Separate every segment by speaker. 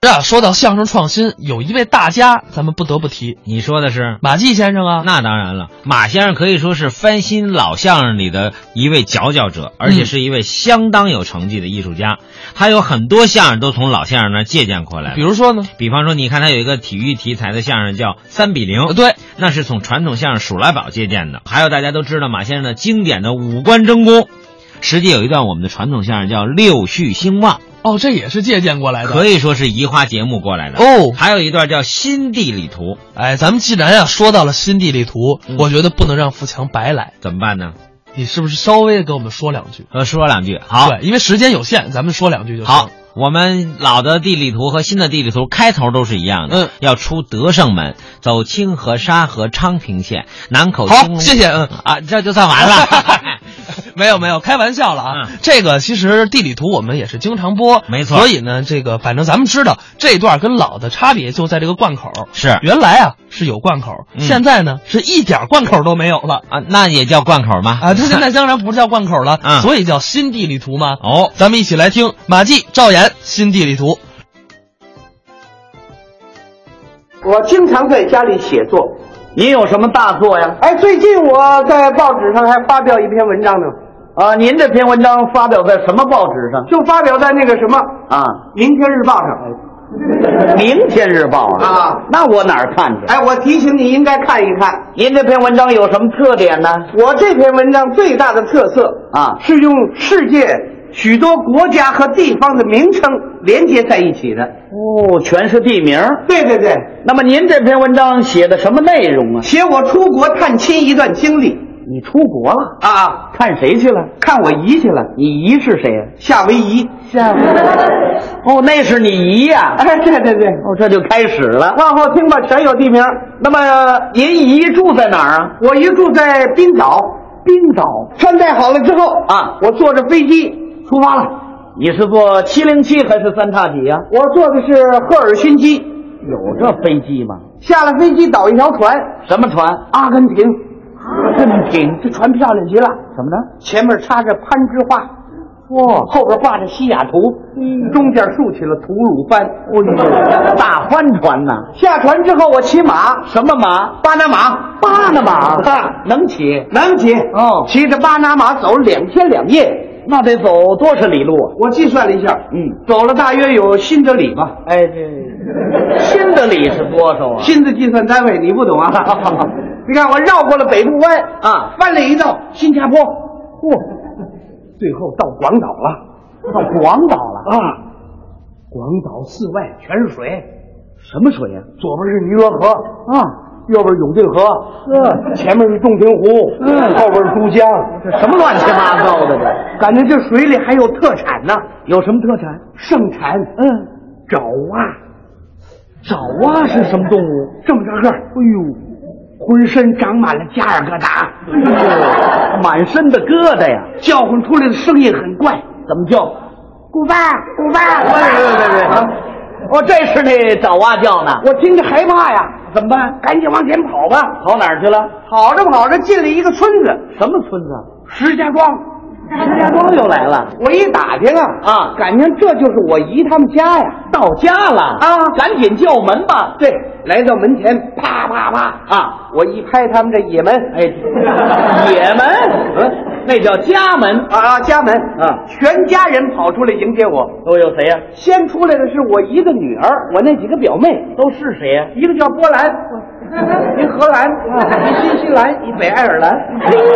Speaker 1: 啊，说到相声创新，有一位大家咱们不得不提，
Speaker 2: 你说的是？
Speaker 1: 马季先生啊。
Speaker 2: 那当然了，马先生可以说是翻新老相声里的一位佼佼者，而
Speaker 1: 嗯
Speaker 2: 且是一位相当有成绩的艺术家。他有很多相声都从老相声那儿借鉴过来的。
Speaker 1: 比如说呢，
Speaker 2: 比方说，你看他有一个体育题材的相声叫《三比零》
Speaker 1: 呃，对，
Speaker 2: 那是从传统相声《数来宝》借鉴的。还有大家都知道马先生的经典的五官争功，实际有一段我们的传统相声叫《六序兴旺
Speaker 1: 哦，这也是借鉴过来》，的。
Speaker 2: 可以说是移花接木过来的。
Speaker 1: 哦，
Speaker 2: 还有一段叫《新地理图》，
Speaker 1: 哎，咱们既然呀、说到了新地理图，
Speaker 2: 嗯
Speaker 1: 我觉得不能让富强白来，
Speaker 2: 怎么办呢？
Speaker 1: 你是不是稍微给我们说两句？
Speaker 2: 呃，说两句。好，
Speaker 1: 对，因为时间有限，咱们说两句就行。
Speaker 2: 好，，我们老的地理图和新的地理图开头都是一样的，
Speaker 1: 嗯，
Speaker 2: 要出德胜门，走清河沙河昌平县，南口
Speaker 1: 好
Speaker 2: 清
Speaker 1: 谢谢嗯
Speaker 2: 啊，这就算 完了。
Speaker 1: 没有没有，开玩笑了啊。
Speaker 2: 嗯
Speaker 1: 这个其实地理图我们也是经常播，
Speaker 2: 没错
Speaker 1: 所以呢，这个反正咱们知道这段跟老的差别就在这个贯口。
Speaker 2: 是啊，
Speaker 1: 原来啊是有贯口，
Speaker 2: 嗯
Speaker 1: 现在呢是一点贯口都没有了
Speaker 2: 那也叫贯口吗？
Speaker 1: 啊！它现在当然不叫贯口了，
Speaker 2: 嗯
Speaker 1: 所以叫新地理图嘛。
Speaker 2: 哦，
Speaker 1: 咱们一起来听马季、赵岩《新地理图》。
Speaker 3: 我经常在家里写作。
Speaker 4: 您有什么大作呀？
Speaker 3: 哎，最近我在报纸上还发表一篇文章呢，
Speaker 4: 啊，您这篇文章发表在什么报纸上？
Speaker 3: 就发表在那个什么《
Speaker 4: 啊，
Speaker 3: 明天日报》上。
Speaker 4: 《明天日报》
Speaker 3: 啊
Speaker 4: 那我哪儿看去？
Speaker 3: 哎，我提醒你应该看一看。
Speaker 4: 您这篇文章有什么特点呢？
Speaker 3: 我这篇文章最大的特色
Speaker 4: 啊
Speaker 3: 是用世界许多国家和地方的名称连接在一起的。
Speaker 4: 哦，全是地名。
Speaker 3: 对对对，
Speaker 4: 那么您这篇文章写的什么内容啊？
Speaker 3: 写我出国探亲一段经历
Speaker 4: 你出国了？
Speaker 3: 啊，
Speaker 4: 看谁去了？
Speaker 3: 看我姨去了，
Speaker 4: 你姨是谁呀、
Speaker 3: 夏威夷。
Speaker 4: 夏 威哦，那是你姨呀、
Speaker 3: 哎，对对对，
Speaker 4: 哦，这就开始了。
Speaker 3: 往后听吧，全有地名。呃
Speaker 4: 那么您姨住在哪儿啊？
Speaker 3: 我姨住在滨岛，
Speaker 4: 冰岛。
Speaker 3: 穿戴好了之后
Speaker 4: 啊
Speaker 3: 我坐着飞机出发了。
Speaker 4: 你是坐七零七还是三叉戟呀、
Speaker 3: 我坐的是赫尔辛基，
Speaker 4: 有这飞机啊吗？
Speaker 3: 下了飞机倒一条船，
Speaker 4: 什么船？
Speaker 3: 阿根廷，
Speaker 4: 真挺
Speaker 3: 这船漂亮极了，
Speaker 4: 什么呢？
Speaker 3: 前面插着攀枝花，
Speaker 4: 哇
Speaker 3: 后边挂着西雅图，中间竖起了吐鲁番。
Speaker 4: 哦呦，大帆船呐、
Speaker 3: 下船之后，我骑马，
Speaker 4: 什么马？
Speaker 3: 巴拿马，
Speaker 4: 巴拿马
Speaker 3: 啊
Speaker 4: 能骑？
Speaker 3: 能骑
Speaker 4: 哦
Speaker 3: 骑着巴拿马走两天两夜。
Speaker 4: 那得走多少里路啊？
Speaker 3: 我计算了一下，
Speaker 4: 嗯，
Speaker 3: 走了大约有新德里吧，
Speaker 4: 哎，这新的里是多少啊？
Speaker 3: 新的计算单位你不懂啊。 你看，我绕过了北部湾
Speaker 4: 啊
Speaker 3: 翻了一道新加坡，嚯、最后到广岛了
Speaker 4: 到广岛了，
Speaker 3: 啊！广岛寺外全是水，
Speaker 4: 什么水呀、
Speaker 3: 左边是尼罗河，
Speaker 4: 啊？
Speaker 3: 右边永定河，嗯，前面是洞庭湖，嗯，后边是珠江，
Speaker 4: 这什么乱七八糟的这？
Speaker 3: 感觉这水里还有特产呢，
Speaker 4: 有什么特产？
Speaker 3: 盛产
Speaker 4: 嗯，
Speaker 3: 爪哇，
Speaker 4: 爪哇是什么动物？
Speaker 3: 这么大个儿，哎呦，浑身长满了加尔各答，
Speaker 4: 满身的疙瘩呀！
Speaker 3: 叫唤出来的声音很怪，
Speaker 4: 怎么叫？
Speaker 3: 古巴，古巴，
Speaker 4: 对哎对对对
Speaker 3: 啊
Speaker 4: 哦，这是那爪哇叫呢。
Speaker 3: 我听着害怕呀，
Speaker 4: 怎么办？
Speaker 3: 赶紧往前跑吧。
Speaker 4: 跑哪儿去了？
Speaker 3: 跑着跑着进了一个村子，
Speaker 4: 什么村子啊？
Speaker 3: 石家庄。
Speaker 4: 石家庄又来了，
Speaker 3: 我一打听啊，
Speaker 4: 啊
Speaker 3: 感情这就是我姨他们家呀。
Speaker 4: 到家了
Speaker 3: 啊
Speaker 4: 赶紧叫门吧。
Speaker 3: 对，来到门前，啪啪啪！
Speaker 4: 啊，
Speaker 3: 我一拍他们这野门，
Speaker 4: 哎，也门，嗯，那叫家门。
Speaker 3: 啊啊，家门
Speaker 4: 啊
Speaker 3: 全家人跑出来迎接我。
Speaker 4: 都有谁呀、
Speaker 3: 先出来的是我姨的女儿，我那几个表妹，
Speaker 4: 都是谁呀、啊
Speaker 3: 一个叫 波兰，一荷兰，一新西兰，一北爱尔兰，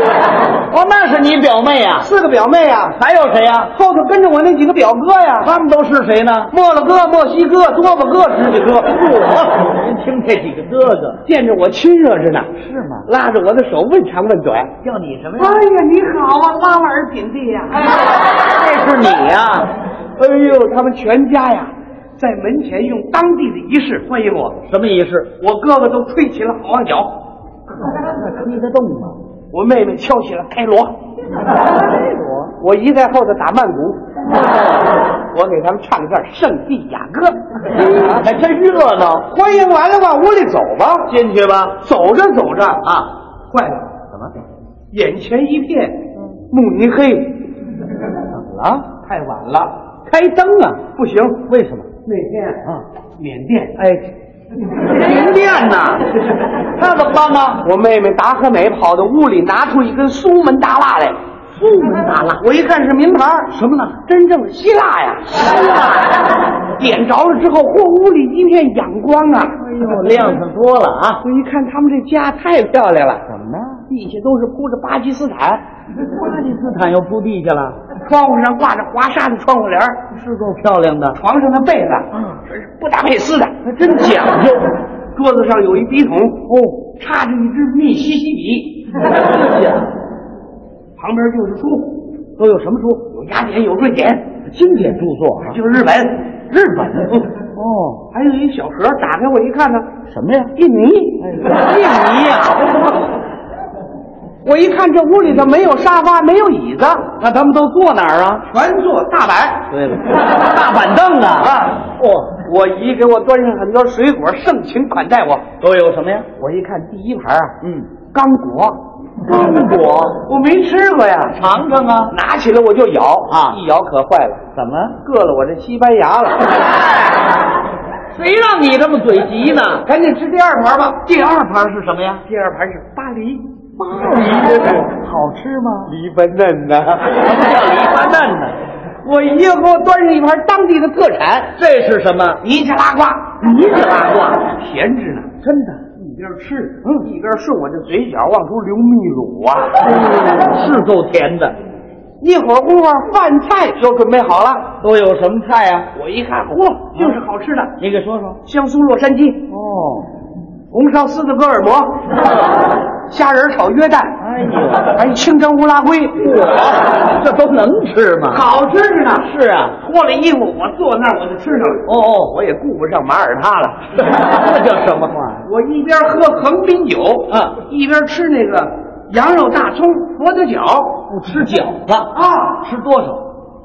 Speaker 4: 哦，那是你表妹呀、
Speaker 3: 四个表妹啊。
Speaker 4: 还有谁呀、
Speaker 3: 后头跟着我那几个表哥呀，
Speaker 4: 他们都是谁呢？
Speaker 3: 墨了哥、墨西哥、多巴哥、十几哥，
Speaker 4: 您听这几个哥哥
Speaker 3: 见着我亲热着呢，
Speaker 4: 是吗？
Speaker 3: 拉着我的手问长问短。
Speaker 4: 叫你什么
Speaker 3: 哎？呀，你好啊，拉瓦尔品弟呀、
Speaker 4: 这是你呀、
Speaker 3: 哎呦，他们全家呀，在门前用当地的仪式欢迎我。
Speaker 4: 什么仪式？
Speaker 3: 我哥哥都吹起了 好望角，
Speaker 4: 那吹得动吗？
Speaker 3: 我妹妹 敲起了开锣，我姨在后头打曼谷。我给他们唱一段《圣地亚哥》。
Speaker 4: 还真热闹，
Speaker 3: 欢迎完了，往屋里走吧。
Speaker 4: 进去吧。
Speaker 3: 走着走着啊，
Speaker 4: 啊，
Speaker 3: 坏了，怎么？嗯眼前一片慕尼黑。啊，太晚了，开灯啊，不行。为什么？那天啊，缅甸，哎，
Speaker 4: 停电 呐，那怎么办呢？
Speaker 3: 我妹妹达和美跑到屋里，拿出一根苏门答腊来。苏门答腊，我一看是名牌儿，什么呢？真正的希腊呀，希腊。 点着了之后，嚯，屋里一片阳光啊！哎呦
Speaker 4: 亮堂多了啊！
Speaker 3: 我一看他们这家太漂亮了，怎么呢？地下都是铺着巴基斯坦，
Speaker 4: 巴基斯坦又铺地下了，
Speaker 3: 窗户上挂着华沙的窗户帘儿，
Speaker 4: 是够漂亮的。
Speaker 3: 床上的被子，嗯，布达佩斯的，还真讲究。 桌子上有一笔筒，哦，插着一支密西西比， 旁边就是书，
Speaker 4: 都有什么书？
Speaker 3: 有雅典，有瑞典，
Speaker 4: 经典著作啊。
Speaker 3: 就是日本，日本，
Speaker 4: 哦，
Speaker 3: 还有一小盒，打开我一看呢，
Speaker 4: 什么呀？
Speaker 3: 印尼，印尼呀、我一看这屋里头没有沙发，没有椅子，
Speaker 4: 那他们都坐哪儿啊？
Speaker 3: 全坐大板。
Speaker 4: 对了，大板凳啊！啊，哦，
Speaker 3: 我姨给我端上很多水果，盛情款待我。
Speaker 4: 都有什么呀？
Speaker 3: 我一看第一盘啊，
Speaker 4: 嗯，
Speaker 3: 刚果，
Speaker 4: 刚果，
Speaker 3: 我没吃过呀，
Speaker 4: 尝尝啊。
Speaker 3: 拿起来我就咬
Speaker 4: 啊
Speaker 3: 一咬可坏了，
Speaker 4: 怎么？
Speaker 3: 硌了我这西班牙了。
Speaker 4: 谁让你这么嘴急呢？
Speaker 3: 赶紧吃第二盘吧。
Speaker 4: 第二盘是什么呀？
Speaker 3: 第二盘是巴黎，
Speaker 4: 好吃吗？
Speaker 3: 黎巴嫩呐、
Speaker 4: 什么叫黎巴嫩呢？
Speaker 3: 我姨又给我端上一盘当地的特产
Speaker 4: 这是什么？
Speaker 3: 尼加拉瓜，
Speaker 4: 尼加拉 瓜，
Speaker 3: 闲着呢。
Speaker 4: 真的
Speaker 3: 一边吃，嗯，一边顺我这嘴角往出流泌 乳啊！
Speaker 4: 是够甜的。
Speaker 3: 一会儿功夫，饭菜就准备好了。
Speaker 4: 都有什么菜啊哦呀、
Speaker 3: 我一看，嚯，就是好吃的，
Speaker 4: 你给说说。
Speaker 3: 香酥洛杉矶，
Speaker 4: 哦，
Speaker 3: 红烧狮子哥尔 摩，虾仁炒约旦，
Speaker 4: 哎呦，
Speaker 3: 还清蒸乌拉圭，
Speaker 4: 这都能吃吗？
Speaker 3: 好吃着呢。
Speaker 4: 是啊。
Speaker 3: 脱了衣服，我坐那儿我就吃上了。
Speaker 4: 哦哦，
Speaker 3: 我也顾不上马耳他 了，
Speaker 4: 这叫什么话？
Speaker 3: 我一边喝横滨酒，
Speaker 4: 嗯，
Speaker 3: 一边吃那个羊肉大葱佛得角
Speaker 4: 不吃饺子啊？
Speaker 3: 啊，
Speaker 4: 吃多少？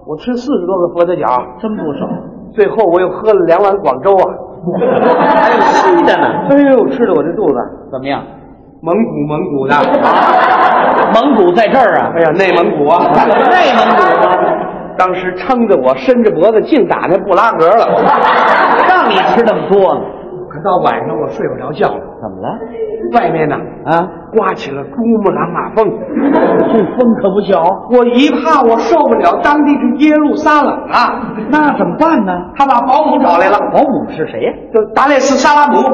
Speaker 3: 我吃四十多个佛得角，
Speaker 4: 真不少。
Speaker 3: 最后我又喝了两碗广州啊，
Speaker 4: 还有稀的呢。
Speaker 3: 哎呦，吃的我这肚子
Speaker 4: 怎么样？
Speaker 3: 蒙古蒙古的。
Speaker 4: 蒙古在这儿啊？
Speaker 3: 哎呀，内蒙古啊，
Speaker 4: 内蒙古吗？
Speaker 3: 当时撑着我，伸着脖子，净打那布拉格了。
Speaker 4: 让你吃那么多呢？
Speaker 3: 可到晚上我睡不着觉了，
Speaker 4: 怎么了？
Speaker 3: 外面呢
Speaker 4: 啊，
Speaker 3: 刮起了珠穆朗玛峰，
Speaker 4: 这风可不小。
Speaker 3: 我一怕我受不了，当地是耶路撒冷啊，
Speaker 4: 那怎么办呢？
Speaker 3: 他把保姆找来了，
Speaker 4: 保姆是谁呀、哎
Speaker 3: 就达列斯萨拉姆，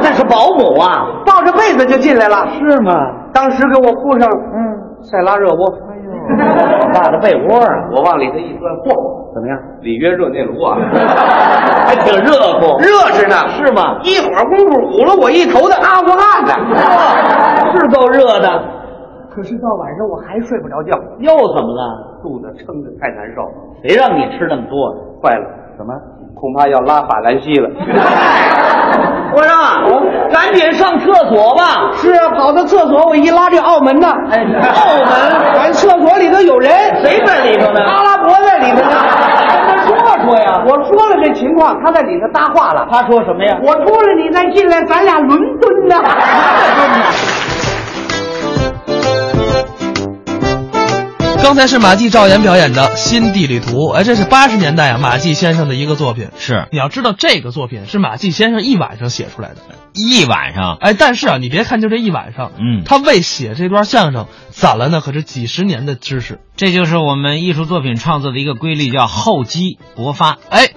Speaker 4: 那是保姆啊？
Speaker 3: 抱着被子就进来了，
Speaker 4: 是吗？
Speaker 3: 当时给我铺上嗯塞拉热窝，
Speaker 4: 好大的被窝啊！
Speaker 3: 我往里头一钻，嚯，
Speaker 4: 怎么样？
Speaker 3: 里约热内卢啊，
Speaker 4: 还挺热乎，
Speaker 3: 热着呢，
Speaker 4: 是吗？
Speaker 3: 一会儿功夫捂了我一头的阿富汗呢。
Speaker 4: 是够热的。
Speaker 3: 可是到晚上我还睡不着觉，
Speaker 4: 又怎么了？
Speaker 3: 肚子撑得太难受了，
Speaker 4: 谁让你吃那么多啊的？
Speaker 3: 坏了，
Speaker 4: 怎么？
Speaker 3: 恐怕要拉法兰西了。
Speaker 4: 我让啊，赶紧上厕所吧。
Speaker 3: 是啊，跑到厕所我一拉这澳门呢，
Speaker 4: 哎，澳门
Speaker 3: 俺厕所里头有人，
Speaker 4: 谁在里头呢？
Speaker 3: 阿拉伯在里头呢。
Speaker 4: 跟他说说呀。
Speaker 3: 我说了这情况，他在里头搭话了。
Speaker 4: 他说什么呀？
Speaker 3: 我出来你再进来，咱俩伦 敦呢。
Speaker 1: 刚才是马季、赵岩表演的《新地理图》，哎，这是八十年代啊马季先生的一个作品。
Speaker 2: 是
Speaker 1: 你要知道，这个作品是马季先生一晚上写出来的。
Speaker 2: 一晚上，
Speaker 1: 哎，但是啊，你别看就这一晚上，
Speaker 2: 嗯
Speaker 1: 他为写这段相声攒了那可是几十年的知识。
Speaker 2: 这就是我们艺术作品创作的一个规律，叫厚积薄发。
Speaker 1: 哎，